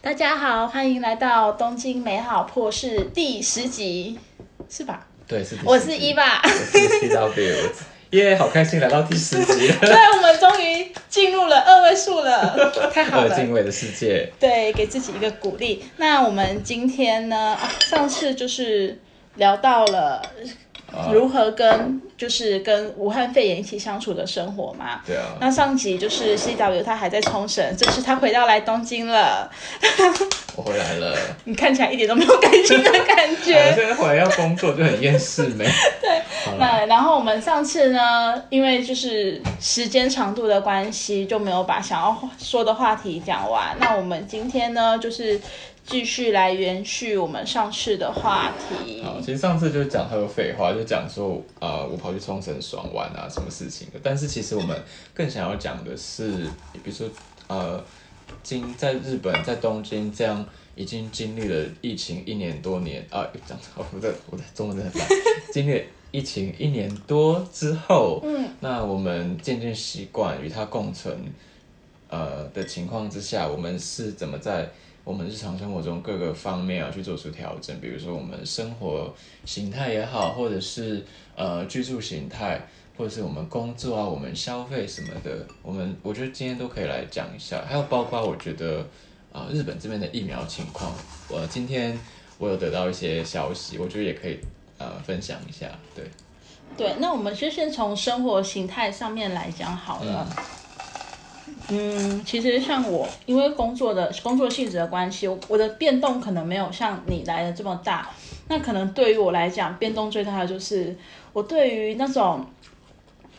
大家好，欢迎来到《东京美好破事》第十集，是吧？对，是第十集我是伊，爸我，是 T W，耶好开心来到第十集了， 对，我们终于进入了二位数 了，太好二了。进位的世界，对，给自己一个鼓励。那我们今天呢，啊、上次就是聊到了啊如何跟、就是跟武汉肺炎一起相处的生活嘛。对啊，那上集就是 C W 他还在冲绳，这次他回到来东京了。我回来了，你看起来一点都没有开心的感我觉。现在回来要工作就很厌世没，好了，那然后我们上次呢，因为就是时间长度的关系，就没有把想要说的话题讲完。那我们今天呢，就是继续来延续我们上次的话题。好，其实上次就讲他有废话，就讲说呃，我跑去冲绳爽玩啊，什么事情的。但是其实我们更想要讲的是，比如说呃，经在日本在东京这样已经经历了疫情一年多年啊，讲、哦、我的我的中文真的很烂，经历了疫情一年多之后，嗯，那我们渐渐习惯与它共存，呃的情况之下，我们是怎么在我们日常生活中各个方面啊去做出调整？比如说我们生活形态也好，或者是呃居住形态，或者是我们工作啊、我们消费什么的，我们我觉得今天都可以来讲一下。还有包括我觉得啊、呃日本这边的疫苗情况，我今天我有得到一些消息，我觉得也可以呃分享一下。对，对，那我们就先从生活形态上面来讲好了。嗯，其实像我，因为工作的工作性质的关系，我我的变动可能没有像你来的这么大。那可能对于我来讲，变动最大的就是我对于那种，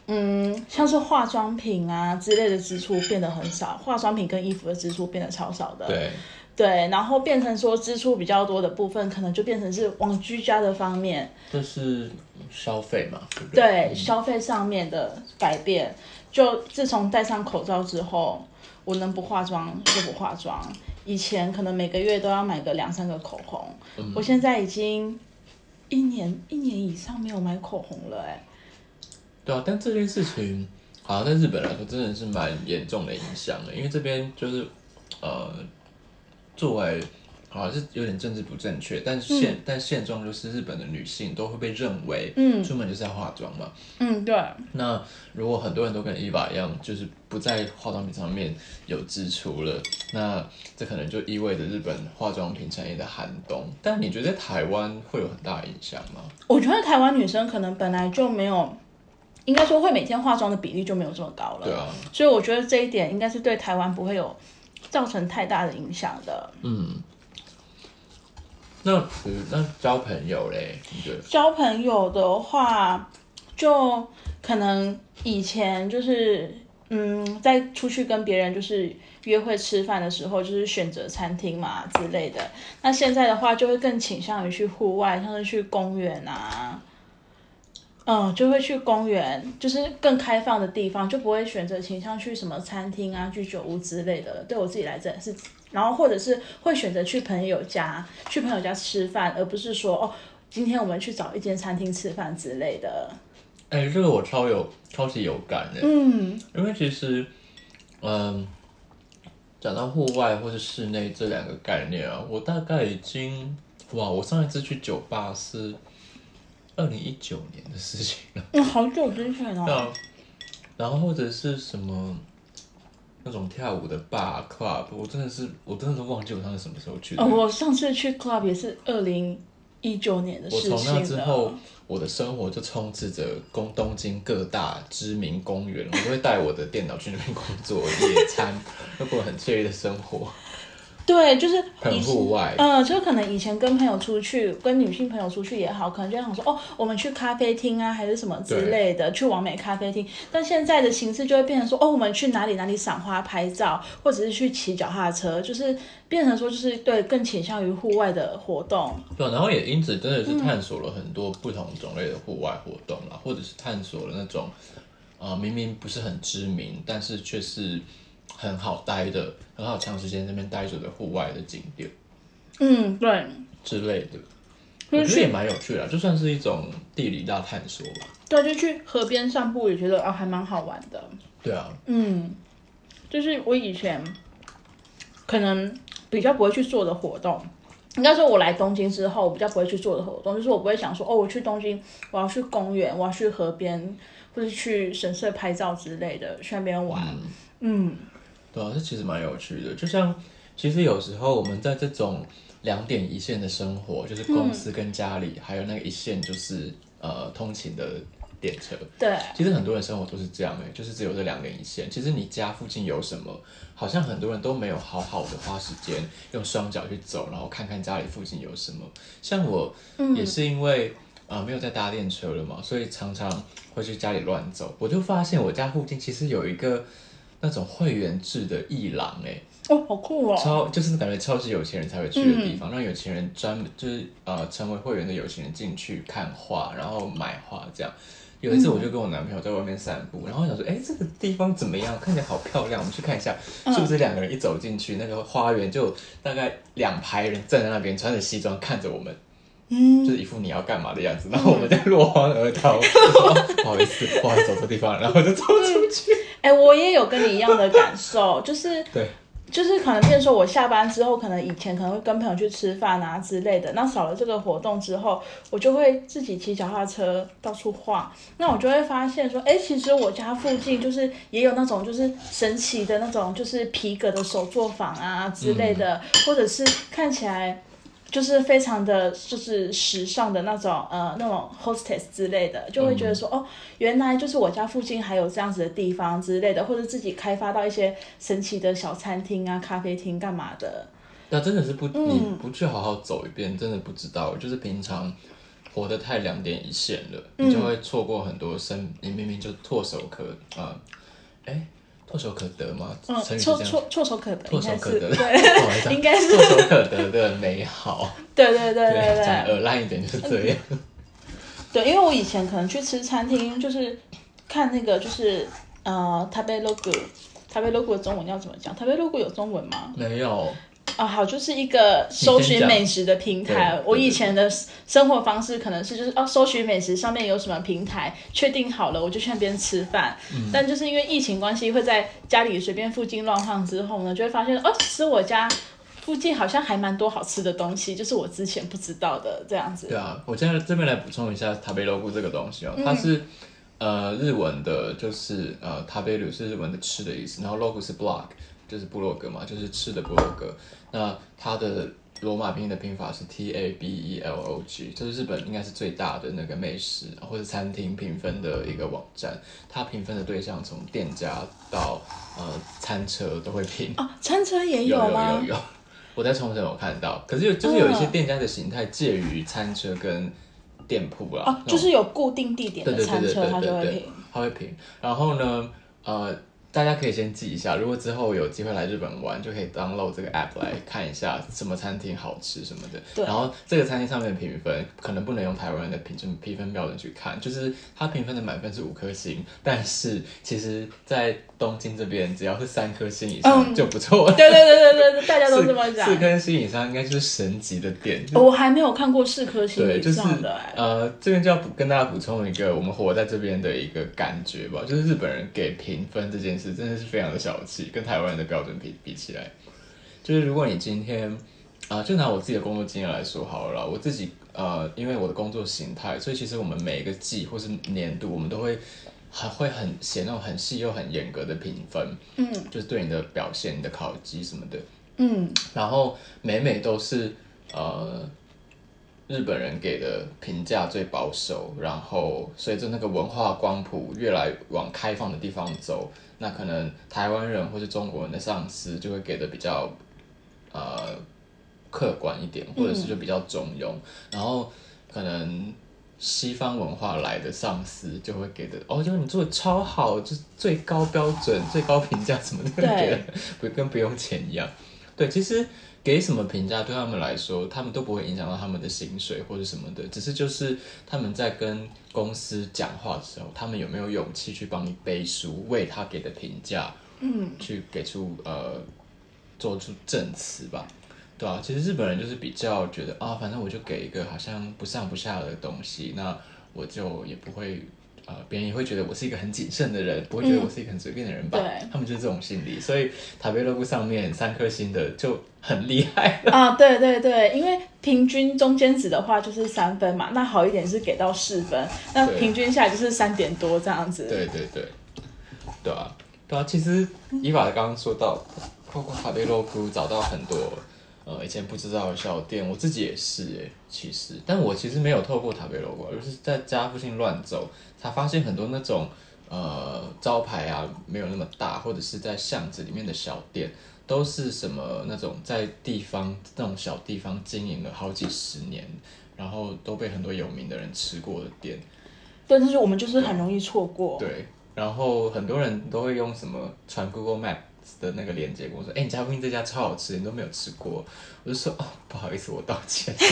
嗯，像是化妆品啊之类的支出变得很少，化妆品跟衣服的支出变得超少的。对，对，然后变成说支出比较多的部分，可能就变成是往居家的方面。这是消费嘛，对不对？对消费上面的改变，就自从戴上口罩之后，我能不化妆就不化妆。以前可能每个月都要买个两三个口红，我现在已经一年一年以上没有买口红了、哎，对啊，但这件事情好像在日本来说真的是蛮严重的影响的，因为这边就是呃，作为好像是有点政治不正确，但现、但现状就是日本的女性都会被认为，嗯出门就是要化妆嘛。嗯，对，那如果很多人都跟伊娃一样，就是不在化妆品上面有支出了，那这可能就意味着日本化妆品产业的寒冬。但你觉得在台湾会有很大的影响吗？我觉得台湾女生可能本来就没有，应该说会每天化妆的比例就没有这么高了。对啊，所以我觉得这一点应该是对台湾不会有造成太大的影响的。那比如那交朋友嘞，你觉得？交朋友的话，就可能以前就是，嗯，在出去跟别人就是约会吃饭的时候，就是选择餐厅嘛之类的。那现在的话，就会更倾向于去户外，像是去公园啊，嗯，就会去公园，就是更开放的地方，就不会选择倾向去什么餐厅啊、居酒屋之类的了。对我自己来讲是。然后，或者是会选择去朋友家，去朋友家吃饭，而不是说哦，今天我们去找一间餐厅吃饭之类的。哎、这个我超有超级有感的，嗯，因为其实，嗯，讲到户外或是室内这两个概念啊，我大概已经哇，我上一次去酒吧是二零一九年的事情了，嗯，好久之前对哦。啊 然后或者是什么那种跳舞的 bar club，我真的是我真的都忘记我上次什么时候去的，哦，我上次去 club 也是二零一九年的我事从那情之了后。，我的生活就充斥着公东京各大知名公园，我都会带我的电脑去那边工作野餐，那过很惬意的生活，对，就是以很前户外。嗯，就可能以前跟朋友出去，跟女性朋友出去也好，可能就想说哦，我们去咖啡厅啊，还是什么之类的，去完美咖啡厅。但现在的形式就会变成说，哦，我们去哪里哪里赏花拍照，或者是去骑脚踏车，就是变成说，就是对更倾向于户外的活动。对，啊然后也因此真的嗯是探索了很多不同种类的户外活动啦，或者是探索了那种，呃，明明不是很知名，但是却是很好待的、很好长时间在那边待着的户外的景点嗯，对，之类的，我就觉是得也嗯去蛮有趣的啦，就算是一种地理大探索吧。对，就去河边散步也觉得啊、还蛮好玩的。对啊，嗯，就是我以前可能比较不会去做的活动。应该说，我来东京之后，我比较不会去做的活动，就是我不会想说，哦，我去东京，我要去公园，我要去河边，或者去神社拍照之类的，去那边玩。嗯，对啊，这其实蛮有趣的。就像其实有时候我们在这种两点一线的生活，就是公司跟家里，还有那个一线就是呃通勤的电车。对，其实很多人生活都是这样诶、欸就是只有这两点一线。其实你家附近有什么，好像很多人都没有好好的花时间用双脚去走，然后看看家里附近有什么。像我也是因为、呃没有在搭电车了嘛，所以常常会去家里乱走。我就发现我家附近其实有一个那种会员制的艺廊欸诶、哦，好酷哦。嗯超就是感觉超级有钱人才会去的地方，让有钱人专门就是呃成为会员的有钱人进去看画，然后买画这样。有一次我就跟我男朋友在外面散步，然后我想说，哎、这个地方怎么样？看起来好漂亮，我们去看一下。是不是两个人一走进去，那个花园就大概两排人站在那边，穿着西装看着我们，嗯，就是一副你要干嘛的样子。然后我们在落荒而逃，就说哦不好意思，不好意思走错地方了，然后就走出去。哎、我也有跟你一样的感受，就是对，就是可能，变成说我下班之后，可能以前可能会跟朋友去吃饭啊之类的，那少了这个活动之后，我就会自己骑脚踏车到处晃。那我就会发现说，哎、其实我家附近就是也有那种就是神奇的那种就是皮革的手作坊啊之类的，或者是看起来。就是非常的，就是时尚的那种，呃，那种 hostess 之类的，就会觉得说，哦，原来就是我家附近还有这样子的地方之类的，或者自己开发到一些神奇的小餐厅啊、咖啡厅干嘛的。那真的是不，嗯你不去好好走一遍，真的不知道。就是平常活得太两点一线了，嗯你就会错过很多生。你明明就唾手可啊，哎、唾手可得吗？嗯，成语是唾这样。唾唾手可得，唾应手该可是得对的， 不好意思啊应该是唾手可得的美好。对 对对对讲对恶烂一点就是 这样。对，因为我以前可能去吃餐厅，就是看那个就是呃 t a b e logo。台北 logo 的中文要怎么讲？台北 logo 有中文吗？没有，啊，好，就是一个搜寻美食的平对台对。我以前的生活方式可能是就是哦，搜寻美食上面有什么平台，确定好了我就去那边吃饭。嗯但就是因为疫情关系，会在家里随便附近乱晃之后呢，就会发现哦，其实我家附近好像还蛮多好吃的东西，就是我之前不知道的这样对子。啊，我现在这边来补充一下塔贝罗布这个东西哦，它是、呃日文的，就是呃塔贝鲁是日文的吃的意思，然后 log 是 blog，就是部落格嘛，就是吃的部落格。那它的罗马拼音的拼法是 T A B E L O G，这是日本应该是最大的那个美食或者餐厅评分的一个网站。它评分的对象从店家到呃餐车都会评。哦，餐车也有吗？有有， 我在冲绳有看到，可是有就是有一些嗯店家的形态介于餐车跟店铺啦，哦，那种就是有固定地点对的对对餐对车，对它对就会对评。它会评。然后呢，呃，大家可以先记一下，如果之后有机会来日本玩，就可以 download 这个 app 来看一下什么餐厅好吃什么的。对然后这个餐厅上面的评分，可能不能用台湾人的评分评分标准去看，就是它评分的满分是五颗星，但是其实在东京这边，只要是三颗星以上嗯就不错了。对对对对对，大家都四这么讲四。颗星以上应该就是神级的店，哦我还没有看过四颗星对，以就是上的、哎呃，这边就要补跟大家补充一个我们活在这边的一个感觉吧，就是日本人给评分这件事真的是非常的小气，跟台湾人的标准比比起来，就是如果你今天啊、就拿我自己的工作经验来说好了啦，我自己呃，因为我的工作形态，所以其实我们每一个季或是年度，我们都会很会很写那种很细又很严格的评分，嗯，就是对你的表现、你的考绩什么的，嗯，然后每每都是呃日本人给的评价最保守，然后随着那个文化光谱越来往开放的地方走，那可能台湾人或是中国人的上司就会给的比较呃客观一点，或者是就比较中庸，然后可能。西方文化来的上司就会给的哦，就是你做的超好，就是最高标准、最高评价什么的，对给的不跟不用钱一样。对，其实给什么评价对他们来说，他们都不会影响到他们的薪水或者什么的，只是就是他们在跟公司讲话的时候，他们有没有勇气去帮你背书，为他给的评价，嗯，去给出呃做出证词吧。对啊，其实日本人就是比较觉得啊，反正我就给一个好像不上不下的东西，那我就也不会呃，别人也会觉得我是一个很谨慎的人，不会觉得我是一个很随便的人吧？嗯对他们就是这种心理，所以塔贝勒布上面三颗星的就很厉害。 啊，对对对，因为平均中间值的话就是三分嘛，那好一点是给到四分，那对啊平均下来就是三点多这样子。对对对，对啊，对啊。其实伊娃刚刚说到，透过塔贝洛夫找到很多呃以前不知道的小店，我自己也是诶、其实，但我其实没有透过塔贝洛夫，而是在家附近乱走，才发现很多那种呃招牌啊没有那么大，或者是在巷子里面的小店。都是什么那种在地方那种小地方经营了好几十年，然后都被很多有名的人吃过的店，对，但是我们就是很容易错过。对，然后很多人都会用什么传 Google Map 的那个链接跟我说，哎、你家附近这家超好吃，你都没有吃过，我就说哦，不好意思，我道歉，真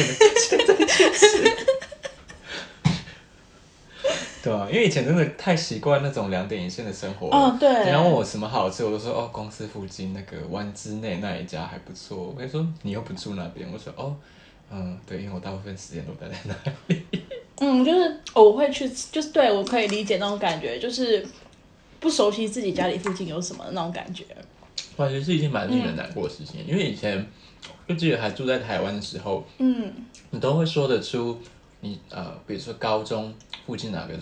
的现在就是。 对啊，因为以前真的太习惯那种两点一线的生活了。哦对人家问我什么好吃，我都说哦，公司附近那个湾之内那一家还不错。我跟你说，你又不住那边，我说哦，嗯，对，因为我大部分时间都待在那里。嗯，就是我会去，就是对我可以理解那种感觉，就是不熟悉自己家里附近有什么的那种感觉。我觉得是一件蛮令人难过的事情，因为以前就记得还住在台湾的时候，嗯，你都会说得出你呃，比如说高中附近哪个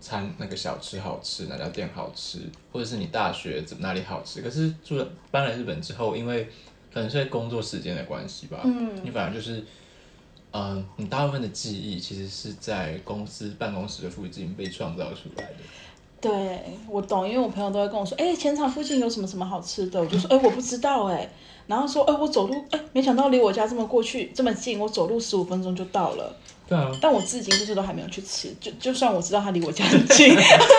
餐那个小吃好吃，哪家店好吃，或者是你大学怎哪里好吃。可是住了搬来日本之后，因为可能是工作时间的关系吧，嗯，你反而就是。嗯，你大部分的记忆其实是在公司办公室的附近被创造出来的。对我懂，因为我朋友都会跟我说，哎、前场附近有什么什么好吃的，我就说，哎、我不知道哎、然后说，哎、我走路，哎、没想到离我家这么过去这么近，我走路十五分钟就到了。对啊，但我至今就是都还没有去吃，就就算我知道它离我家很近，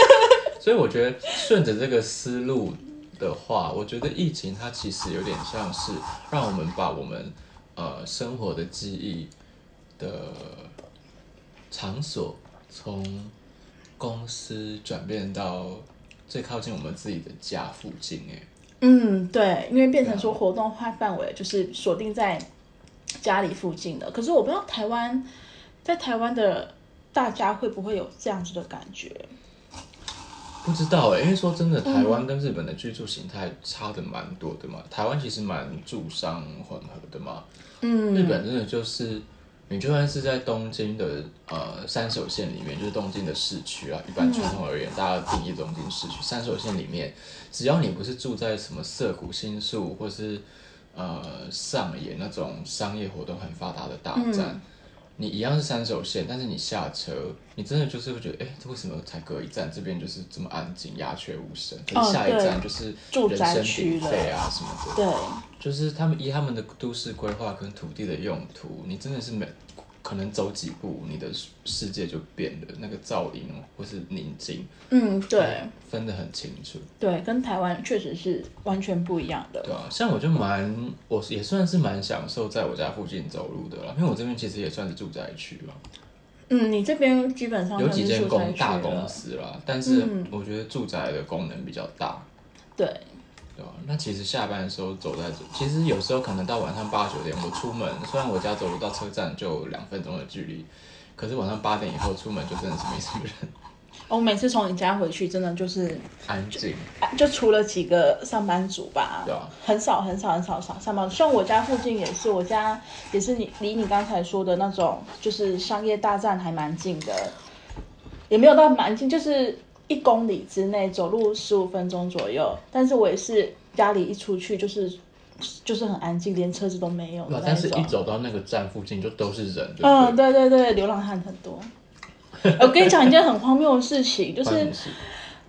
所以我觉得顺着这个思路的话，我觉得疫情它其实有点像是让我们把我们呃生活的记忆的场所从公司转变到最靠近我们自己的家附近，哎，嗯，对，因为变成说活动化范围就是锁定在家里附近的，可是我不知道台湾在台湾的大家会不会有这样子的感觉？不知道哎、因为说真的，台湾跟日本的居住形态差的蛮多的嘛。台湾其实蛮住商混合的嘛，嗯，日本真的就是，你就算是在东京的呃山手线里面，就是东京的市区啊，一嗯般传统而言，大家定义东京市区山手线里面，只要你不是住在什么涩谷、新宿或是呃上野那种商业活动很发达的大嗯站。你一样是山手线，但是你下车，你真的就是会觉得，哎、这为什么才隔一站，这边就是这么安静，鸦雀无声？可是哦下一对站就是住人宅声区鼎了沸啊什么的。对，就是他们依他们的都市规划跟土地的用途，你真的是每可能走几步，你的世界就变了，那个噪音或是宁静，嗯，对分得很清楚，对，跟台湾确实是完全不一样的。对啊，像我就蛮，我也算是蛮享受在我家附近走路的啦，因为我这边其实也算是住宅区嘛，嗯，你这边基本上有算几哦是间住宅公区大公了，司啦，但是嗯我觉得住宅的功能比较大，对，对吧、那其实下班的时候走在这，其实有时候可能到晚上八九点，我出门，虽然我家走路到车站就两分钟的距离，可是晚上八点以后出门就真的是没什么人，哦我每次从你家回去，真的就是安静。啊就除了几个上班族吧，对啊很少很少很少上上班族。像我家附近也是，我家也是你离你刚才说的那种，就是商业大站还蛮近的，也没有到蛮近，就是一公里之内走路十五分钟左右。但是我也是家里一出去就是就是很安静，连车子都没有的哇那但是一种。走到那个站附近就都是人，对不对？嗯，对对对，流浪汉很 多。我跟你讲一件很荒谬的事情，就发生是什么事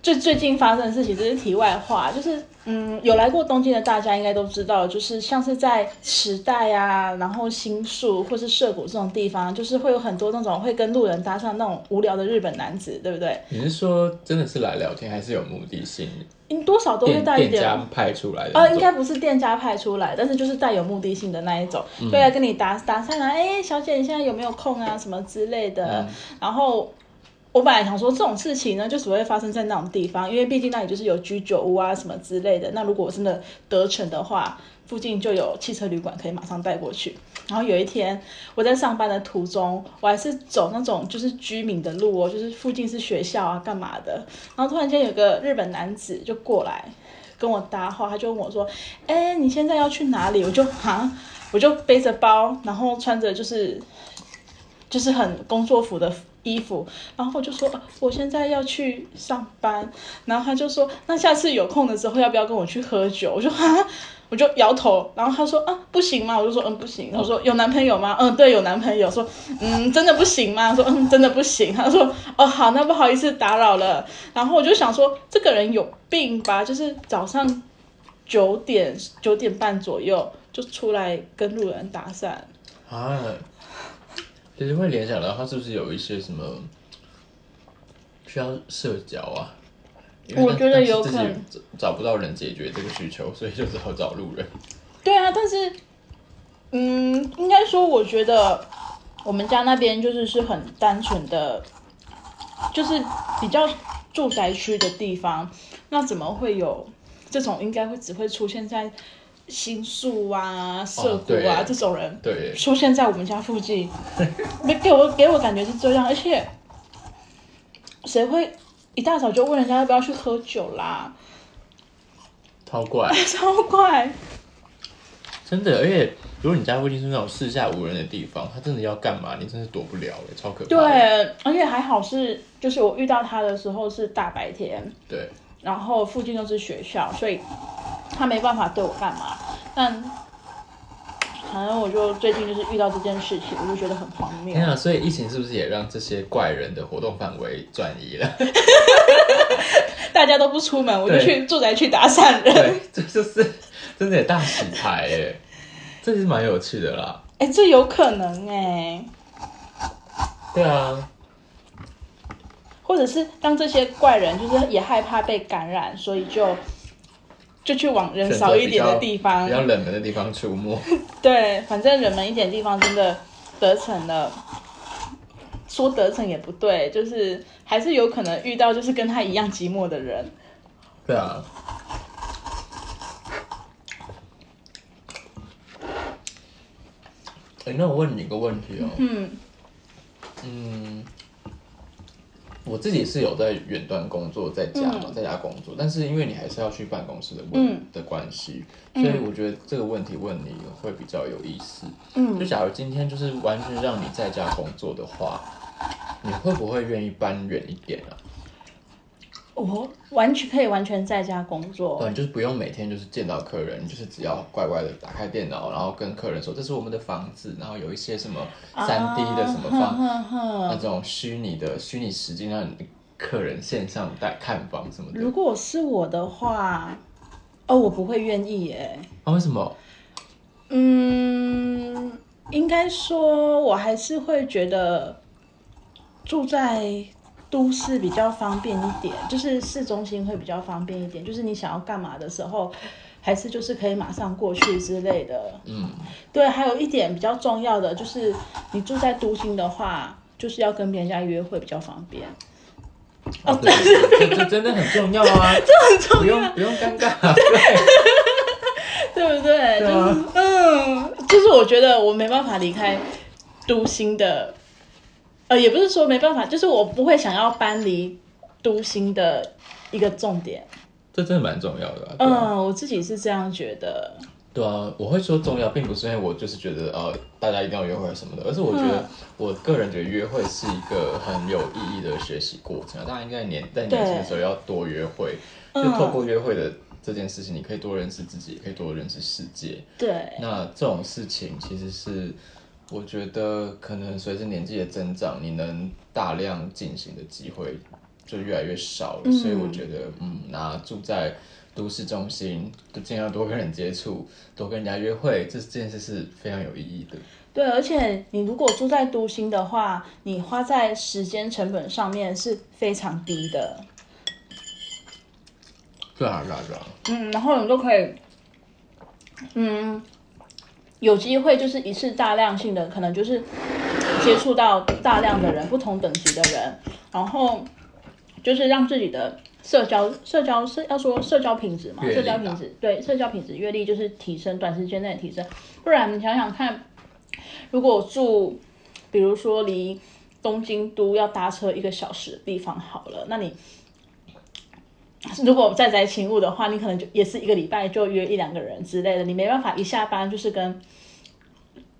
最最近发生的事情，这是题外话，就是嗯，有来过东京的大家应该都知道，就是像是在池袋啊，然后新宿或是涩谷这种地方，就是会有很多那种会跟路人搭讪那种无聊的日本男子，对不对？你是说真的是来聊天，还是有目的性？你嗯多少都会店带一店点家派出来的那呃，种？应该不是店家派出来，但是就是带有目的性的那一种，就来跟你搭搭讪啊，哎、小姐你现在有没有空啊，什么之类的。然后我本来想说这种事情呢，就只会发生在那种地方，因为毕竟那里就是有居酒屋啊什么之类的。那如果我真的得逞的话，附近就有汽车旅馆可以马上带过去。然后有一天我在上班的途中，我还是走那种就是居民的路哦，就是附近是学校啊干嘛的。然后突然间有个日本男子就过来跟我搭话，他就问我说：“哎，你现在要去哪里？”我就哈，我就背着包，然后穿着就是就是很工作服的衣服，然后我就说呃我现在要去上班，然后他就说那下次有空的时候要不要跟我去喝酒？我就哈，我就摇头，然后他说啊不行吗？我就说嗯不行，我说有男朋友吗？嗯对，有男朋友。说嗯真的不行吗？我说嗯真的不行。他说哦好，那不好意思打扰了。然后我就想说这个人有病吧，就是早上九点九点半左右就出来跟路人搭讪。啊，其实会联想到他是不是有一些什么需要社交啊？因为我他觉得他是有自己可能找找不到人解决这个需求，所以就只好找路人。对啊，但是，嗯，应该说，我觉得我们家那边就是是很单纯的，就是比较住宅区的地方，那怎么会有这种应该会只会出现在新宿啊、涩谷啊、对这种人对，出现在我们家附近，没给我给我感觉是这样，而且谁会一大早就问人家要不要去喝酒啦？ 超怪，超怪，真的。而且如果你家附近是那种四下无人的地方，他真的要干嘛，你真的躲不了、欸，超可怕对的。，而且还好是，就是我遇到他的时候是大白天，对然后附近又是学校，所以他没办法对我干嘛。但反正我就最近就是遇到这件事情，我就觉得很荒谬天。啊！所以疫情是不是也让这些怪人的活动范围转移了？ 大家都不出门，我就对去住宅区打散人。对，这就是真的也大洗牌哎、欸，这是蛮有趣的啦。哎，这有可能哎、对啊， 或者是当这些怪人就是也害怕被感染，所以就就去往人选择呃少一点比的较地方比，较冷门的地方出没。对，反正人们一点地方真的得逞了，说得逞也不对，就是还是有可能遇到就是跟他一样寂寞的人。对啊，哎、那我问你一个问题哦，嗯，嗯，我自己是有在远端工作，在家嘛，在家工作，但是因为你还是要去办公室的问、嗯的关系，所以我觉得这个问题问你会比较有意思。嗯，就假如今天就是完全让你在家工作的话，你会不会愿意搬远一点啊？我完全可以完全在家工作。对，你就是不用每天就是见到客人，你就是只要乖乖的打开电脑，然后跟客人说这是我们的房子，然后有一些什么三 D 的什啊 么房，哼哼那哼种虚拟的虚拟实境让你客人线上带看房什么的如。果是我的话，哦，我不会愿意耶。啊，为什么？嗯，应该说，我还是会觉得住在都市比较方便一点，就是市中心会比较方便一点，就是你想要干嘛的时候，还是就是可以马上过去之类的。嗯，对，还有一点比较重要的就是，你住在都心的话，就是要跟别人家约会比较方便。哦，对，对对这这真的很重要啊，这不很重要用，不用尴尬，啊对， 对不对？对啊就是嗯，就是我觉得我没办法离开都心的，呃，也不是说没办法，就是我不会想要搬离都心的一个重点。这真的蛮重要的、啊。对啊嗯，我自己是这样觉得。对啊，我会说重要，并不是因为我就是觉得呃，大家一定要约会什么的，而是我觉得、嗯我个人觉得约会是一个很有意义的学习过程啊。大家应该年在年轻的时候要多约会，就嗯透过约会的这件事情，你可以多认识自己，也可以多认识世界。对，那这种事情其实是我觉得可能随着年纪的增长，你能大量进行的机会就越来越少了。嗯所以我觉得，嗯，那住在都市中心，就尽量多跟人接触，多跟人家约会，这这件事是非常有意义的。对，而且你如果住在都心的话，你花在时间成本上面是非常低的。对啊，对啊，对啊，嗯，然后你就可以，嗯，有机会就是一次大量性的，可能就是接触到大量的人，不同等级的人，然后就是让自己的社交社交社要说社交品质嘛，阅历社交吧品质对社交品质阅历就是提升，短时间内提升。不然你想想看，如果我住，比如说离东京都要搭车一个小时的地方好了，那你 如果在宅勤务的话，你可能就也是一个礼拜就约一两个人之类的，你没办法一下班就是跟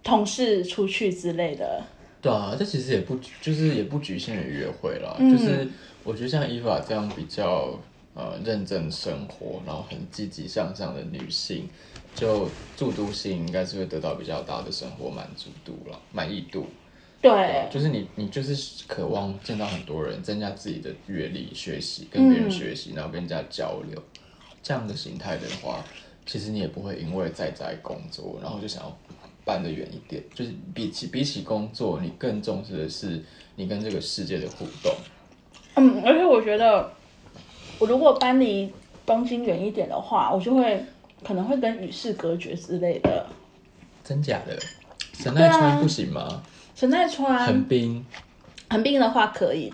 同事出去之类的。对啊，这其实也不就是也不局限于约会啦，就是我觉得像伊娃这样比较呃认真生活，然后很积极向上的女性，就住都性应该是会得到比较大的生活满足度了，满意度。对，就是你你就是渴望见到很多人，增加自己的阅历、学习，跟别人学习，然后跟人家交流，这样的形态的话，其实你也不会因为在宅工作，然后就想要办得远一点。就是比起比起工作，你更重视的是你跟这个世界的互动。嗯，而且我觉得，我如果搬离东京远一点的话，我就会可能会跟与世隔绝之类的。真假的？神对奈啊川不行吗？神奈川横滨？横滨的话可以，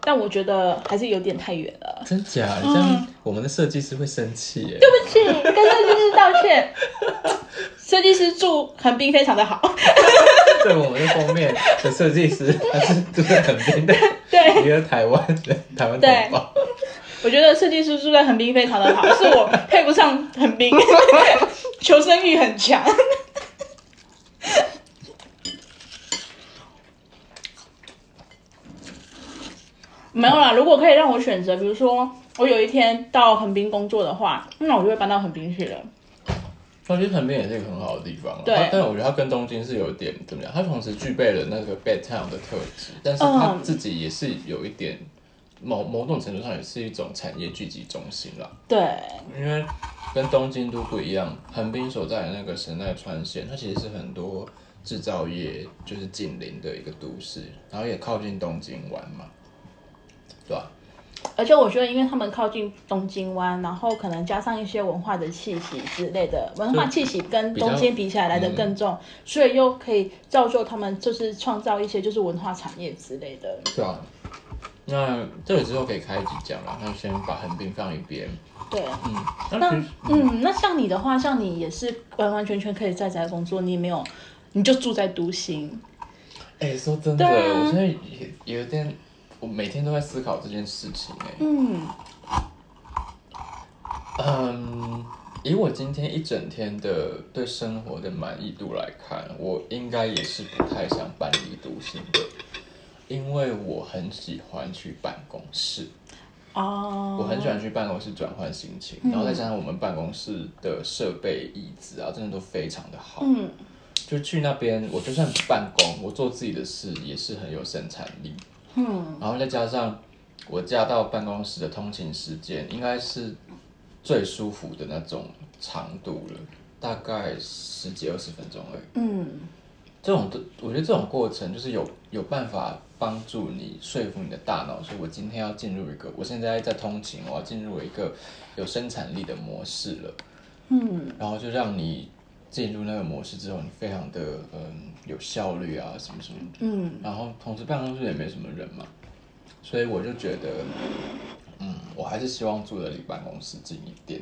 但我觉得还是有点太远了。真假？你这样我们的设计师会生气 耶。对不起，跟设计师道歉。 设计师住横滨非常的好， 对，我们的封面的设计师他是住在横滨的。对一个台湾人，台湾对同胞，我觉得设计师住在横滨非常的好，是我配不上横滨， 求生欲很强。 没有啦，如果可以让我选择，比如说我有一天到横滨工作的话，那我就会搬到横滨去了。我觉得横滨也是一个很好的地方啊。对它但我觉得它跟东京是有点怎么样？它同时具备了那个 bedtown 的特质，但是它嗯自己也是有一点某某种程度上也是一种产业聚集中心啦。对，因为跟东京都不一样，横滨所在的那个神奈川县，它其实是很多制造业就是近邻的一个都市，然后也靠近东京湾嘛，对吧、而且我觉得，因为他们靠近东京湾，然后可能加上一些文化的气息之类的，文化气息跟东京比起来来的更重，所以又可以造就他们就是创造一些就是文化产业之类的。对啊。那这个之后可以开一集讲啦，那先把横滨放一边。对，嗯，那那平嗯，那像你的话，像你也是呃完完全全可以在宅工作，你没有，你就住在都心。哎、说真的，对啊我现在也也有点，我每天都在思考这件事情、哎，嗯，嗯，以我今天一整天的对生活的满意度来看，我应该也是不太想搬离独行的，因为我很喜欢去办公室，哦，嗯我很喜欢去办公室转换心情，然后再加上我们办公室的设备、椅子啊，真的都非常的好。嗯，就去那边，我就算不办公，我做自己的事也是很有生产力。嗯，然后再加上我家到办公室的通勤时间，应该是最舒服的那种长度了，大概十几二十分钟而已。嗯，这种的，我觉得这种过程就是有有办法帮助你说服你的大脑，说我今天要进入一个，我现在在通勤，我要进入一个有生产力的模式了。嗯，然后就让你进入那个模式之后，你非常的嗯有效率啊，什么什么的。嗯，然后同时办公室也没什么人嘛，所以我就觉得，嗯，我还是希望住的离办公室近一点，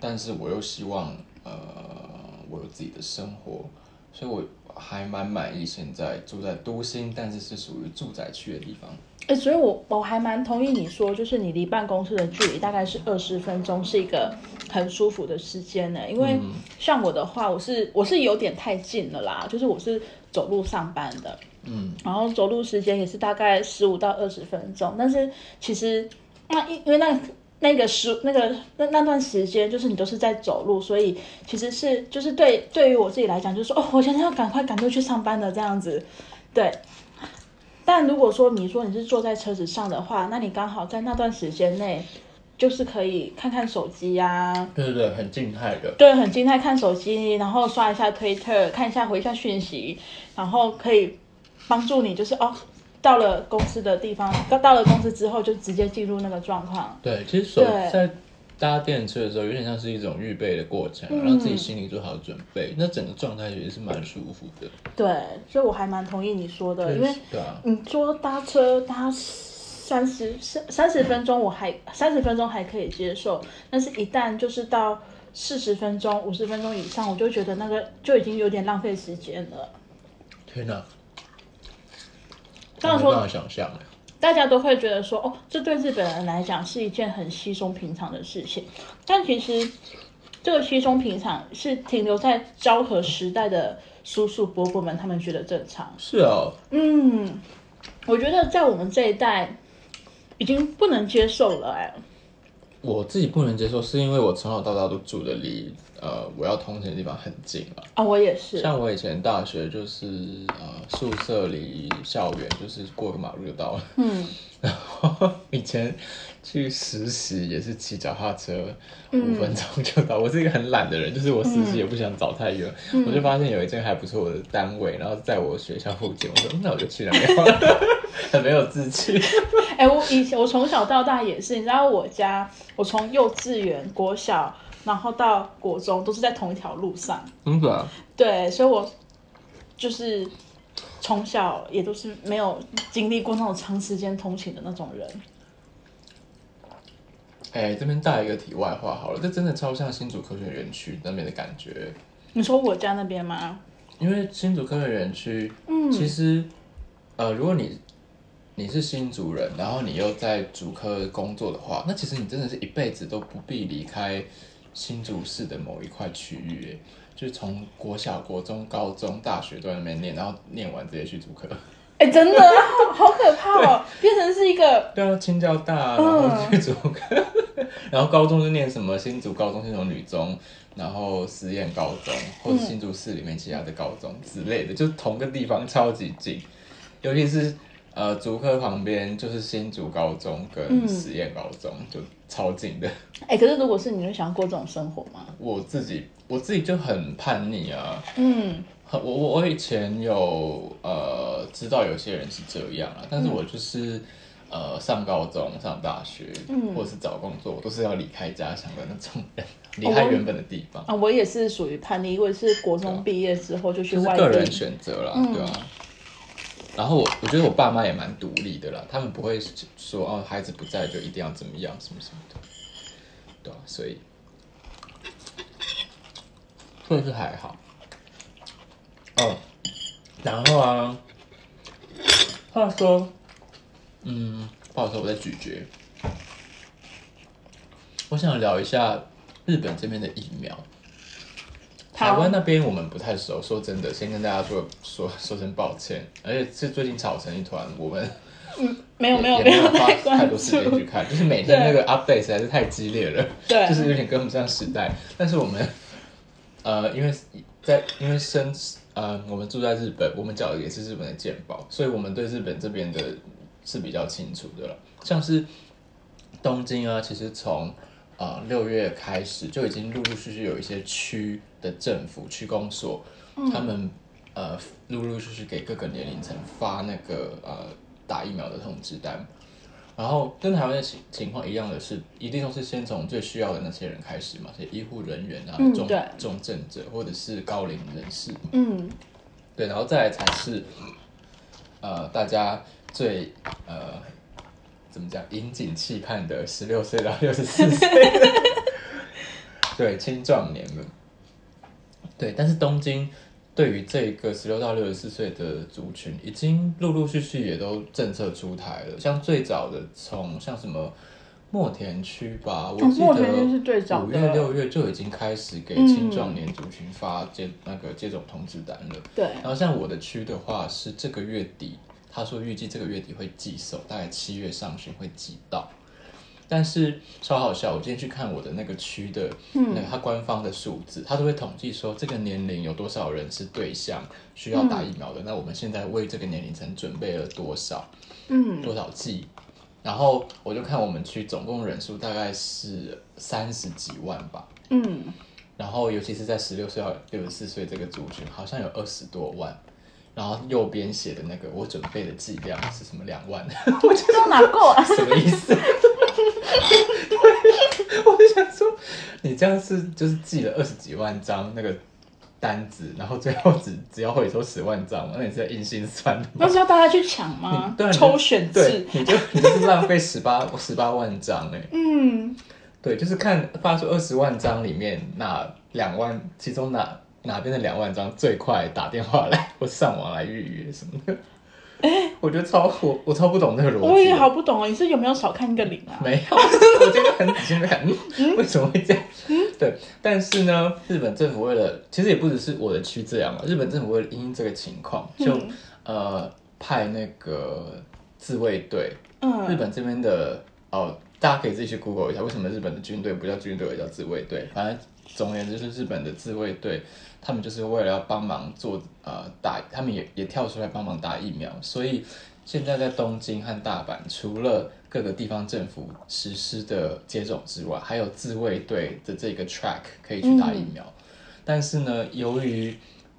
但是我又希望呃我有自己的生活，所以我还蛮满意现在住在都心，但是是属于住宅区的地方。哎、所以我我还蛮同意你说，就是你离办公室的距离大概是二十分钟，是一个很舒服的时间呢、因为像我的话，我是我是有点太近了啦，就是我是走路上班的，嗯，然后走路时间也是大概十五到二十分钟，但是其实那因因为那那个时那个那那段时间，就是你都是在走路，所以其实是就是对对于我自己来讲，就是说哦，我现在要赶快赶路去上班了这样子，对。但如果说你说你是坐在车子上的话，那你刚好在那段时间内，就是可以看看手机呀、对对对，很静态的。对，很静态看手机，然后刷一下推特，看一下回一下讯息，然后可以帮助你，就是哦，到了公司的地方，到到了公司之后就直接进入那个状况。对，其实手对在搭电车的时候，有点像是一种预备的过程，嗯让自己心里做好准备，那整个状态也是蛮舒服的。对，所以我还蛮同意你说的，因为嗯对啊，你说搭车搭十三十三三十分钟我还三十分钟还可以接受，但是一旦就是到四十分钟、五十分钟以上，我就觉得那个就已经有点浪费时间了。天哪，当我然没说办法想象哎。大家都会觉得说，哦，这对日本人来讲是一件很稀松平常的事情，但其实这个稀松平常是停留在昭和时代的叔叔伯伯们他们觉得正常。是哦，嗯，我觉得在我们这一代已经不能接受了、哎，我自己不能接受，是因为我从小到大都住的离呃我要通勤的地方很近啊。啊，我也是，像我以前大学就是呃宿舍离校园就是过个马路就到了。嗯，然后 以前去实习也是骑脚踏车，五分钟就到。我 是一个很懒的人，就是我实习也不想找太远，我就发现有一间还不错的单位，然后在我学校附近，我说嗯那我就去那边好了， 很没有志气。哎、我以前我从小到大也是，你知道我家，我从幼稚园、国小，然后到国中都是在同一条路上。真的？啊对，所以我就是从小也都是没有经历过那种长时间通勤的那种人。哎，这边带一个题外话好了，这真的超像新竹科学园区那边的感觉，你说我家那边吗？因为新竹科学园区嗯其实，呃，如果你你是新族人，然后你又在竹科工作的话，那其实你真的是一辈子都不必离开新竹市的某一块区域耶，就是从国小、国中、高中、大学都在那边念，然后念完直接去竹科，哎、真的啊， 好可怕哦，变成是一个对啊，清交大，然嗯后去竹科， 然后高中就念什么新竹高中、新竹女中，然后实验高中嗯或者新竹市里面其他的高中之类的，就是同个地方超级近，尤其是呃竹科旁边就是新竹高中跟嗯实验高中、就超近的。哎、可是如果是你，会想要过这种生活吗？我自己我自己就很叛逆啊，嗯我我我以前有呃知道有些人是这样啊，但是我就是、呃上高中、上大学，嗯或者是找工作，我都是要离开家乡的那种人，离开原本的地方，啊，我也是属于叛逆，我也是国中毕业之后就去就是外个人地。选择啦，嗯对吧、啊然后我我觉得我爸妈也蛮独立的啦，他们不会说哦孩子不在就一定要怎么样什么什么的，对啊，所以所以是还好。哦，然后啊，话说，嗯，不好意思，我在咀嚼。我想聊一下日本这边的疫苗。台湾那边我们不太熟，说真的，先跟大家说说说声抱歉，而且是最近吵成一团，我们没有也没有也没没有花太太关多时注间，去看，就是每天那对个 update 实在是太激烈了，对就是有点跟不上时代。但是我们呃，因为在因为生呃，我们住在日本，我们缴的也是日本的健保，所以我们对日本这边的是比较清楚的了。像是东京啊，其实从呃六月开始就已经陆陆续续有一些区的政府区公所，嗯他们呃陆陆续续给各个年龄层发那个呃打疫苗的通知单。然后跟台湾的情情况一样的是，一定都是先从最需要的那些人开始嘛，所以医护人员啊、嗯重对重症者或者是高龄人士，嗯对，然后再来才是呃大家最呃怎么讲引颈期盼的十六岁到六十四岁的 对青壮年们。对，但是东京对于这个十六到六十四岁的族群，已经陆陆续续也都政策出台了。像最早的从像什么墨田区吧，我记哦墨田区是最得早的嗯五月六月就已经开始给青壮年族群发接、那个接种通知单了。对，然后像我的区的话，是这个月底，他说预计这个月底会寄送，大概七月上旬会寄到。但是超好笑，我今天去看我的那个区的，那个它官方的数字，它都会统计说这个年龄有多少人是对象需要打疫苗的。那我们现在为这个年龄层准备了多少？嗯多少剂？然后我就看我们区总共人数大概是三十几万吧。嗯然后尤其是在十六岁到六十四岁这个族群，好像有二十多万。然后右边写的那个我准备的剂量是什么两万，我就这都哪够啊？什么意思？我就想说，你这样是就是寄了二十几万张那个单子，然后最后只只要回收十万张嘛，那你是在硬性算的 那吗？是要大家去抢吗你？对啊你抽选对制，，你就你就是浪费十八十八万张哎、嗯，对，就是看发出二十万张里面哪两万，其中哪哪边的两万张最快打电话来 或上网来预约什么 的。我觉得超我我超不懂这个逻辑的。我也好不懂哦，你是有没有少看一个零啊？没有，我觉得很仔细的看，嗯为什么会这样？对，但是呢，日本政府为了，其实也不只是我的区这样嘛，日本政府为了因应这个情况，就、嗯呃派那个自卫队，日嗯，本这边的哦，大家可以自己去 Google 一下，为什么日本的军队不叫军队，而叫自卫队？反正总而言之，就是日本的自卫队，他们就是为了要帮忙做呃打，他们也也跳出来帮忙打疫苗，所以现在在东京和大阪，除了各个地方政府实施的接种之外，还有自卫队的这个 track 可以去打疫苗，但是呢，由于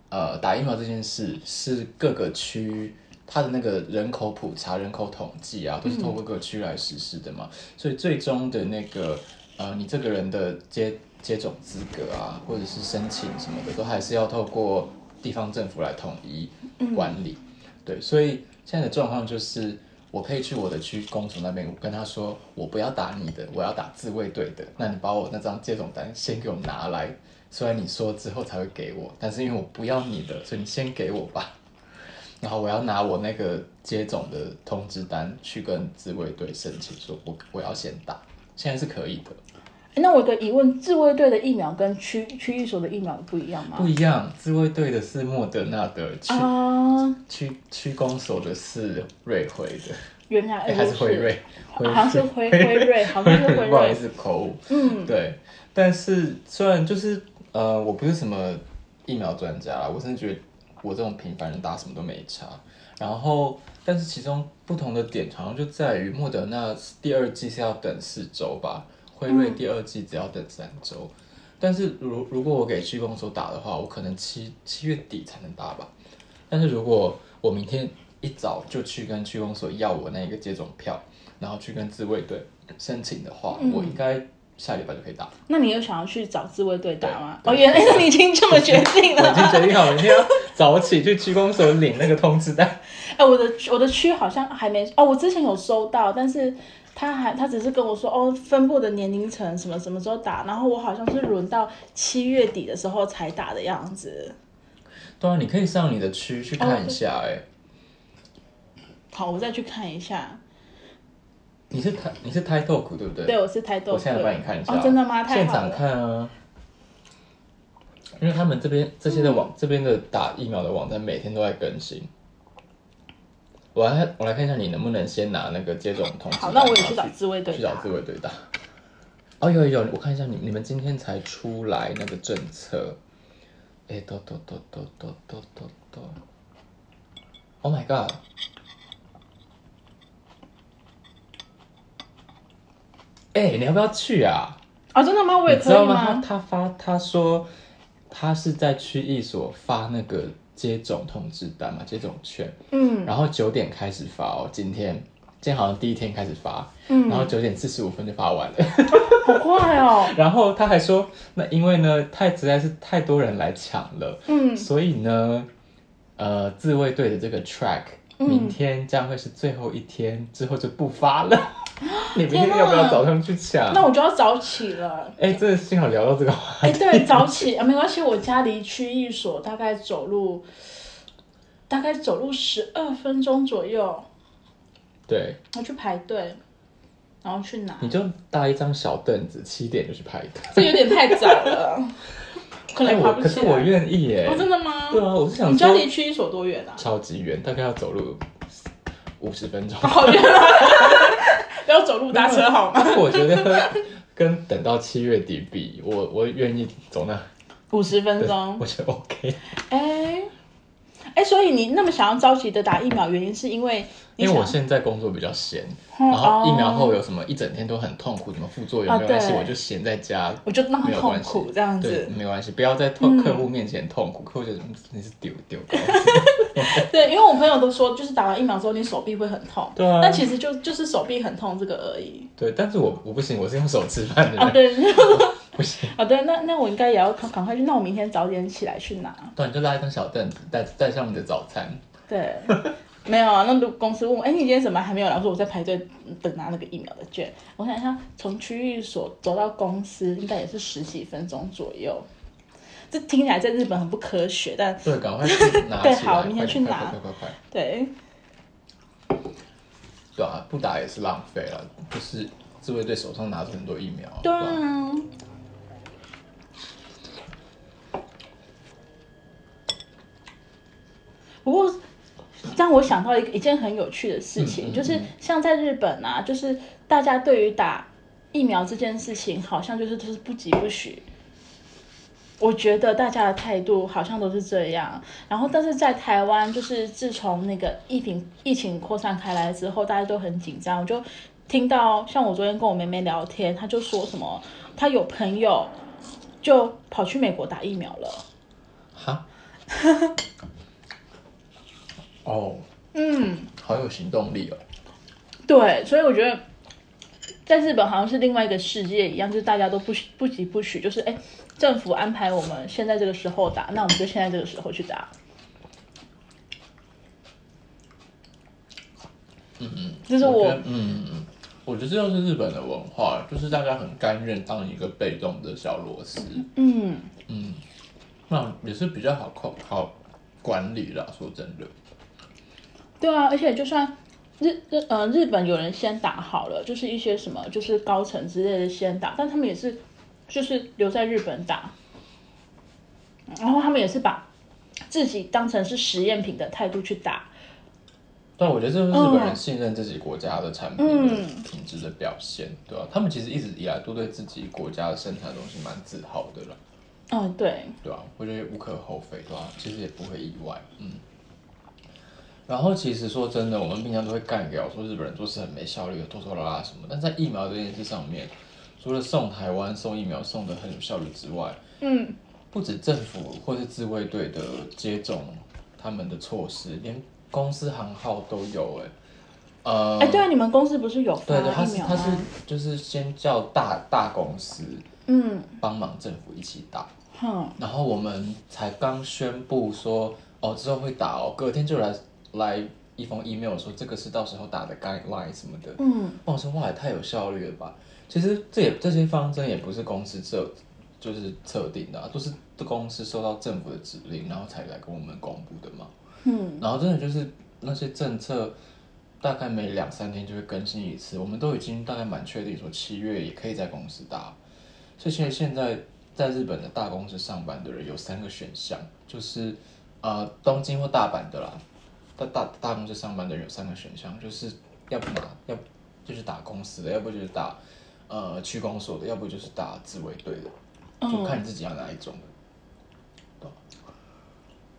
呃，打疫苗这件事是各个区它的那个人口普查、人口统计啊，都是透过各区来实施的嘛，所以最终的那个呃，你这个人的接接种资格啊，或者是申请什么的，都还是要透过地方政府来统一管理。对，所以现在的状况就是，我可以去我的区公所那边，我跟他说，我不要打你的，我要打自卫队的。那你把我那张接种单先给我拿来，虽然你说之后才会给我，但是因为我不要你的，所以你先给我吧。然后我要拿我那个接种的通知单去跟自卫队申请，说我我要先打，现在是可以的，那我有个疑问，自卫队的疫苗跟区区域所的疫苗不一样吗不？一样。自卫队的是莫德纳的，区啊，区区公所的是瑞辉的，原来哎还是辉如此瑞，辉好像是辉辉瑞，好像是辉 不好意瑞。思，口误。嗯，对，但是虽然就是呃，我不是什么疫苗专家啦，我甚至觉得我这种平凡人打什么都没差。然后，但是其中不同的点好像就在于莫德纳第二季是要等四周吧，辉瑞第二季只要等三周。但是如如果我给区公所打的话，我可能七七月底才能打吧。但是如果我明天一早就去跟区公所要我那一个接种票，然后去跟自卫队申请的话，我应该下礼拜就可以打。那你有想要去找自卫队打吗？对哦，对原来你已经这么决定我已经了。决定好明天要早起去区公所领那个通知单。哎，我的我的区好像还没哦，我之前有收到，但是他还他只是跟我说哦，分布的年龄层什么什么时候打，然后我好像是轮到七月底的时候才打的样子。对啊，你可以上你的区去看一哦下、欸。哎、好，我再去看一下。你是台你是台 talk 对不对？对，我是台豆。我现在帮你看一下、哦，真的吗？太现好场了。看啊。因为他们这边这些的网、嗯这边的打疫苗的网站每天都在更新。我来我来看一下你能不能先拿那个接种通知单。好，那我也去然后找自卫队去打找。自卫队打。哦，有有，我看一下你你们今天才出来那个政策，哎，都都都都都都都都，Oh my god！哎、你要不要去啊？哦，真的吗？我也你知可道以吗？他吗？他发他说他是在区役所发那个接种通知单嘛，接种券，嗯然后九点开始发哦，今天今天好像第一天开始发，然嗯，后九点四十五分就发完了。 好快哦。然后他还说，那因为呢，太实在是太多人来抢了，嗯，所以呢，呃，自卫队的这个 track 嗯明天将会是最后一天，之后就不发 了。你明天天哪要不要早上去抢？那我就要早起了。哎、真的幸好聊到这个话哎、题。对，早起啊，没关系，我家离区役所大概走路，大概走路十二分钟左右，对，我去排队，然后去拿，你就搭一张小凳子，七点就去排队。这有点太早 了，可哎能爬我不可起是来。我愿意耶、哦，真的吗？对啊，我是想你家离说区役所多远啊？超级远，大概要走路五十 分钟。好远啊！不要走路搭车好吗？ 但我觉得跟等到七月底比，我我愿意走那，五十分对钟，我觉得 OK，哎、哎、所以你那么想要着急的打疫苗，原因是因为你因为想我现在工作比较闲，嗯然后疫苗哦后有什么一整天都很痛苦，什么副作用啊没有关系，对我就闲在家，我就让他没有痛关苦系，这样对，子。没关系，不要在痛客户面前痛苦，客户觉得嗯你是丢丢高 级，对，因为我朋友都说，就是打完疫苗之后，你手臂会很痛。对啊但其实就就是手臂很痛这个而已。对，但是我我不行，我是用手吃饭的啊，人，对， 好的，那那我应该也要赶赶快去，那我明天早点起来去拿。对，你就拉一张小凳子，带带上你的早餐。 对，没有啊。那如果公司问我，哎、你今天怎么还没有来？我说我在排队等拿那个疫苗的券。我想一下，从区域所走到公司应该也是十几分钟左右。这听起来在日本很不科学，但对，赶快去 拿起对来。好明天快去点快拿快快快快！对，对啊，不打也是浪费了，就是自卫队手上拿着很多疫苗。对吧啊。不过让我想到一个一件很有趣的事情，嗯嗯就是像在日本啊，就是大家对于打疫苗这件事情，好像就是就是不疾不徐。我觉得大家的态度好像都是这样，然后但是在台湾，就是自从那个疫情疫情扩散开来之后，大家都很紧张。我就听到像我昨天跟我妹妹聊天，她就说什么，她有朋友就跑去美国打疫苗了。哈， 哦，嗯，好有行动力哦。对，所以我觉得在日本好像是另外一个世界一样，就是大家都不不急不徐，就是哎，政府安排我们现在这个时候打，那我们就现在这个时候去打。嗯嗯，就是我我觉得嗯，嗯，我觉得这就是日本的文化，就是大家很甘愿当一个被动的小螺丝，嗯，那也是比较好控好管理啦。说真的，对啊，而且就算日日呃日本有人先打好了，就是一些什么就是高层之类的先打，但他们也是就是留在日本打，然后他们也是把自己当成是实验品的态度去打。但我觉得这是日本嗯人信任自己国家的产品的品质的表现，对吧、他们其实一直以来都对自己国家的生产的东西蛮自豪的啦，嗯，对，对吧、我觉得无可厚非，对吧、啊其实也不会意外，嗯。然后其实说真的，我们平常都会干掉说日本人做事很没效率，拖拖拉拉什么。但在疫苗这件事上面，除了送台湾送疫苗送的很有效率之外，嗯，不止政府或是自卫队的接种他们的措施，连公司行号都有哎、呃，哎，对啊，你们公司不是有发对对，他疫是苗他是吗？就是先叫大大公司嗯，帮忙政府一起打，哼，然后我们才刚宣布说，哦，之后会打哦，隔天就来来一封 email 说这个是到时候打的 guideline 什么的。嗯，哇我说哇，也太有效率了吧！其实这也这些方针也不是公司设，就是测定的、啊，都是公司收到政府的指令，然后才来跟我们公布的嘛。嗯，然后真的就是那些政策，大概每两三天就会更新一次。我们都已经大概蛮确定说七月也可以在公司打，所以现现在在日本的大公司上班的人有三个选项，就是呃东京或大阪的啦，大大大公司上班的人有三个选项，就是要不拿要就是打公司的，要不就是打呃区公所的，要不就是打自卫队的，就看你自己要哪一种。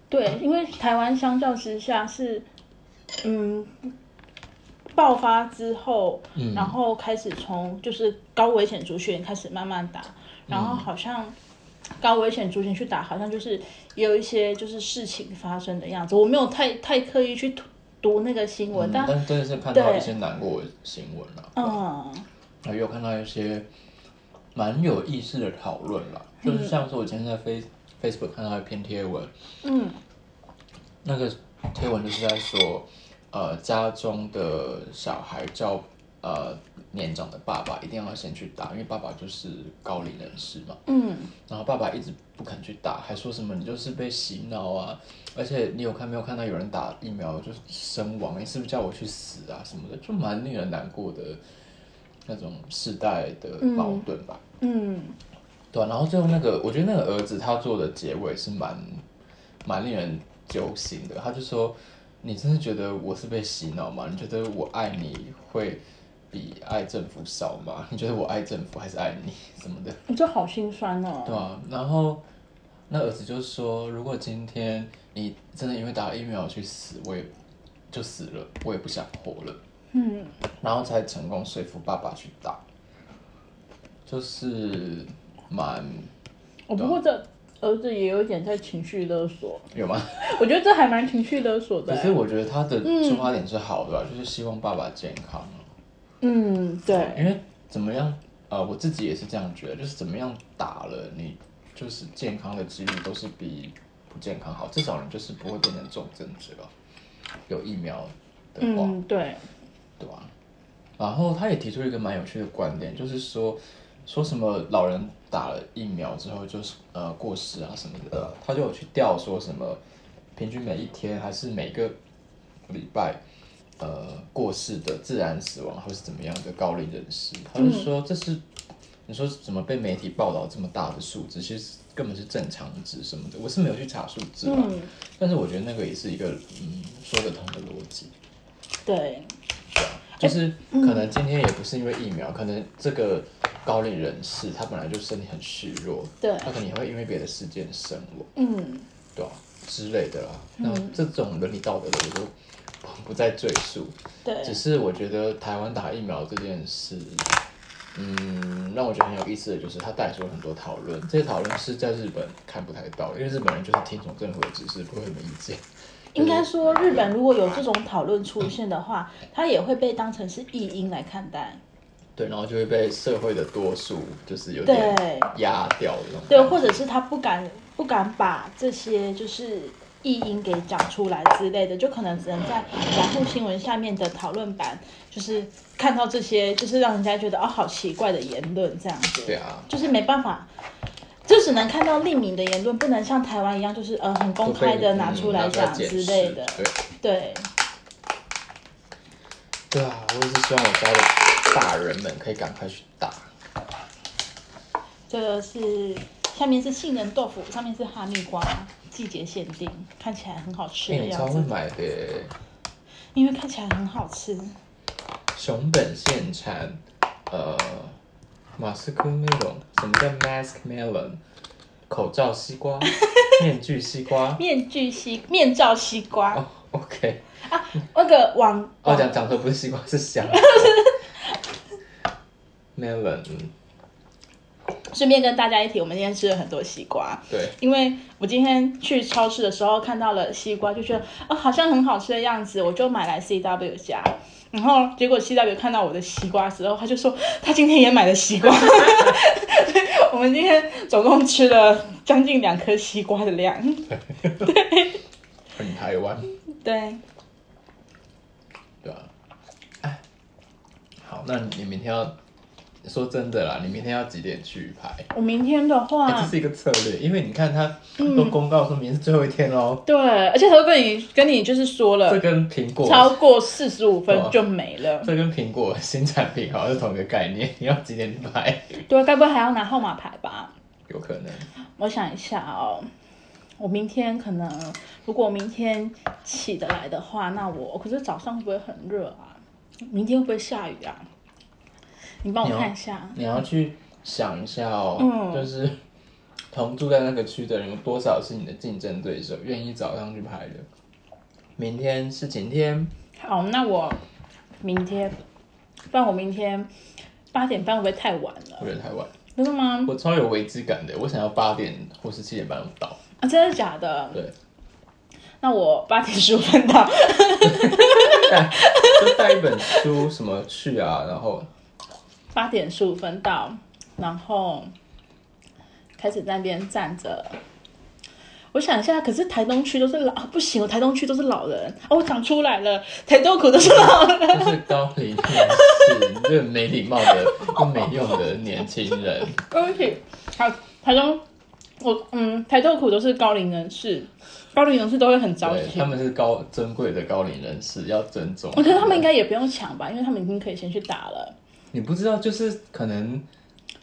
对，因为台湾相较之下是，嗯，爆发之后，嗯然后开始从就是高危险族群开始慢慢打，然后好像高危险族群去打，好像就是也有一些就是事情发生的样子。我没有太太刻意去读读那个新闻，嗯但但真的是看到对一些难过的新闻啦、啊。嗯还有看到一些蛮有意思的讨论啦，就是像是我今天在 Face Facebook 看到一篇贴文，嗯那个贴文就是在说，呃，家中的小孩叫呃年长的爸爸一定要先去打，因为爸爸就是高龄人士嘛。嗯，然后爸爸一直不肯去打，还说什么你就是被洗脑啊，而且你有看没有看到有人打疫苗就是身亡，你是不是叫我去死啊什么的，就蛮令人难过的那种世代的矛盾吧。嗯，对啊、然后最后那个，我觉得那个儿子他做的结尾是蛮蛮令人揪心的。他就说：“你真的觉得我是被洗脑吗？你觉得我爱你会比爱政府少吗？你觉得我爱政府还是爱你什么的？”我嗯这好心酸哦。对啊，然后那儿子就说，如果今天你真的因为打了疫苗去死，我也就死了，我也不想活了。嗯，然后才成功说服爸爸去打，就是蛮我哦不过这儿子也有一点在情绪勒索，有吗？我觉得这还蛮情绪勒索的可欸。是我觉得他的出发点是好的、啊，就是希望爸爸健康啊、嗯，对，因为怎么样啊、呃，我自己也是这样觉得，就是怎么样打了，你就是健康的几率都是比不健康好，至少你就是不会变成重症者吧。有疫苗的话，嗯，对，对吧、然后他也提出一个蛮有趣的观点，就是说说什么老人打了疫苗之后就是呃过世啊什么的，他就有去调说什么平均每一天还是每个礼拜。呃，过世的自然死亡或是怎么样的高龄人士，他就说这是、你说怎么被媒体报道这么大的数字，其实根本是正常值什么的。我是没有去查数字啦，嗯，但是我觉得那个也是一个嗯说得通的逻辑。对，就是哎嗯可能今天也不是因为疫苗，可能这个高龄人士他本来就身体很虚弱，对他可能也会因为别的事件身亡，嗯，对吧、之类的啦。那这种伦理道德的我就不再赘述，对，只是我觉得台湾打疫苗这件事。嗯，让我觉得很有意思的就是，它带出了很多讨论，这些讨论是在日本看不太到的，因为日本人就是听从政府的指示，不会有什么意见。应该说日本如果有这种讨论出现的话，它也会被当成是异因来看待，对，然后就会被社会的多数就是有点对，压掉的那种感觉。对，或者是他不敢不敢把这些就是异音给讲出来之类的，就可能只能在雅虎新闻下面的讨论版，就是看到这些，就是让人家觉得哦好奇怪的言论这样子。对啊，就是没办法，就只能看到匿名的言论，不能像台湾一样，就是呃很公开的拿出来讲之类的嗯拿出来。检视对对，对啊，我也是希望我家的大人们可以赶快去打。这个是下面是杏仁豆腐，上面是哈密瓜，季节限定，看起来很好吃哎、的你样超会子，买的耶，因为看起来很好吃。熊本县产，呃，马斯克那种，什么叫 mask melon？口罩西 瓜，面具西瓜。面具西面罩西瓜、哦，OK，啊，那个网哦，讲讲说不是西瓜是 香 melon，嗯顺便跟大家一提，我们今天吃了很多西瓜，对，因为我今天去超市的时候看到了西瓜，就觉得哦好像很好吃的样子，我就买来 CW 家。然后结果 CW 看到我的西瓜之后，他就说他今天也买了西瓜。 所以我们今天总共吃了将近两颗西瓜的量。很台湾。对，对啊，哎，好，那你明天要说真的啦，你明天要几点去排？我明天的话，哎这是一个策略，因为你看他嗯都公告说明天是最后一天喽，对，而且他都跟你跟你就是说了这，跟苹果嗯超过四十五对啊分就没了。这跟苹果新产品好像是同一个概念，你要几点去排？对，该不会还要拿号码牌吧？有可能，我想一下哦，我明天可能如果明天起得来的话，那我可是早上会不会很热啊？明天会不会下雨啊？你帮我看一下。你要去想一下哦，嗯就是 同住在那个区的人有多少是你的竞争对手，愿意早上去排的。明天是晴天，好，那我明天，不然我明天八点半会不会太晚了我？觉得太晚，真的吗？ 我超有危机感的，我想要八点或是七点半到。啊，真的假的？ 对，那我八点十五分到。就带一本书什么去啊，然后八点十五分到，然后开始在那边站着。我想一下，可是台东区都是老，啊不行，我台东区都是老人。哦，我讲出来了，台东苦都是老人。就是高龄人士，你这没礼貌的、又没用的年轻 人，对不起，好，台东，我嗯，台东苦都是高龄人士，高龄人士都会很着对，急他。们是高尊贵的高龄人士，要尊重。我觉得他们应该也不用抢吧，因为他们已经可以先去打了。你不知道，就是可能。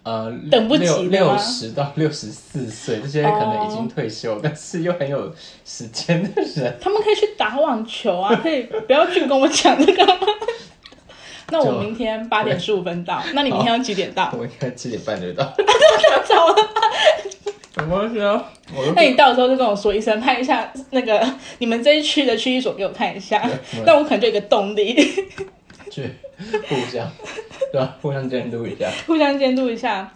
呃，等不及六的吗哦六十到六十四岁，这些可能已经退休但是又很有时间的人， 他们可以去打网球啊，可以不要去跟我抢这 个。那我就明天八点十五分到，那你明天要几点到？我应该七点半就到。早了。什么时候？我 都那你到时候就跟我说一声，拍一下那个你们这一区的区域所给我看一下， 那我可能就有一个动力， 去互相，对吧？互相监督一下。互相监督一下。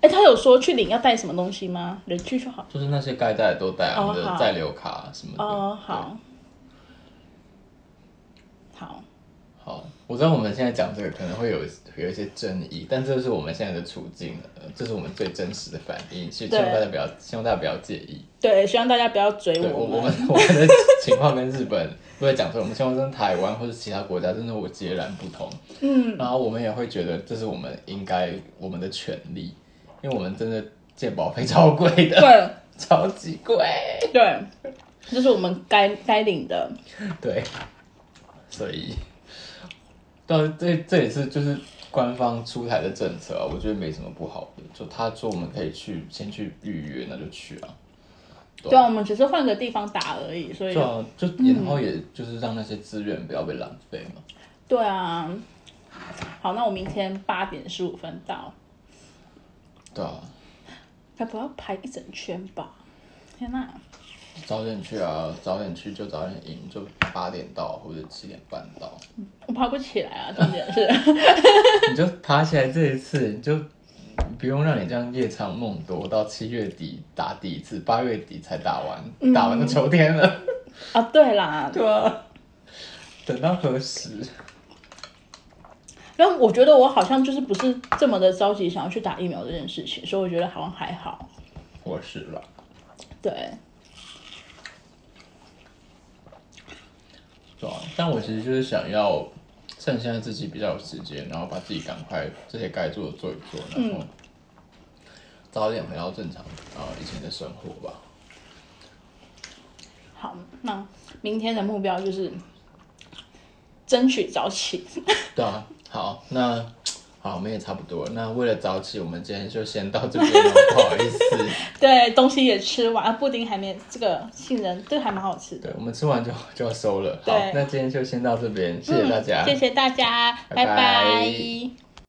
哎，他有说去领要带什么东西吗？人去就好。就是那些该带的都带，哦我们的好哦在嗯留卡什么的。哦，好，好，对。好，我知道我们现在讲这个可能会有有一些争议，但这是我们现在的处境了，呃这是我们最真实的反应，所以希望大家不要，希望大家不要介意。对，希望大家不要追对我我我们。们 我们的情况跟日本不会讲说，我们情况跟台湾或者其他国家真的我截然不同。嗯，然后我们也会觉得这是我们应该我们的权利，因为我们真的健保费超贵的， 对超级贵。对，这是我们该该领的。对，所以，到这这也是就是官方出台的政策啊，我觉得没什么不好的。就他说我们可以去先去预约，那就去啊。对啊，我们只是换个地方打而已，所以对啊，就然后也就是让那些资源不要被浪费嘛。对啊。好，那我明天八点十五分到，对啊，该不要排一整圈吧？天哪、早点去啊，早点去就早点赢，就八点到或者七点半到，我爬不起来啊，重点是。 你就爬起来这一次，你就不用让你这样夜长梦多，到七月底打第一次，八月底才打完，打完就秋天了。 啊，对啦， 对啊，等到何时？然后我觉得我好像就是不是这么的着急想要去打疫苗这件事情，所以我觉得好像还好。我是了。对，对啊，但我其实就是想要趁现在自己比较有时间，然后把自己赶快这些该做的做一做，然后早点回到正常啊、以前的生活吧。好，那明天的目标就是争取早起。对啊，好，那好，我们也差不多。那为了早起，我们今天就先到这边了，不好 意思。对，东西也吃完，啊布丁还没，这个杏仁这个还蛮好吃的。对，我们吃完就就要收了。好对，嗯那今天就先到这边，谢谢大家。谢谢大家，拜拜拜拜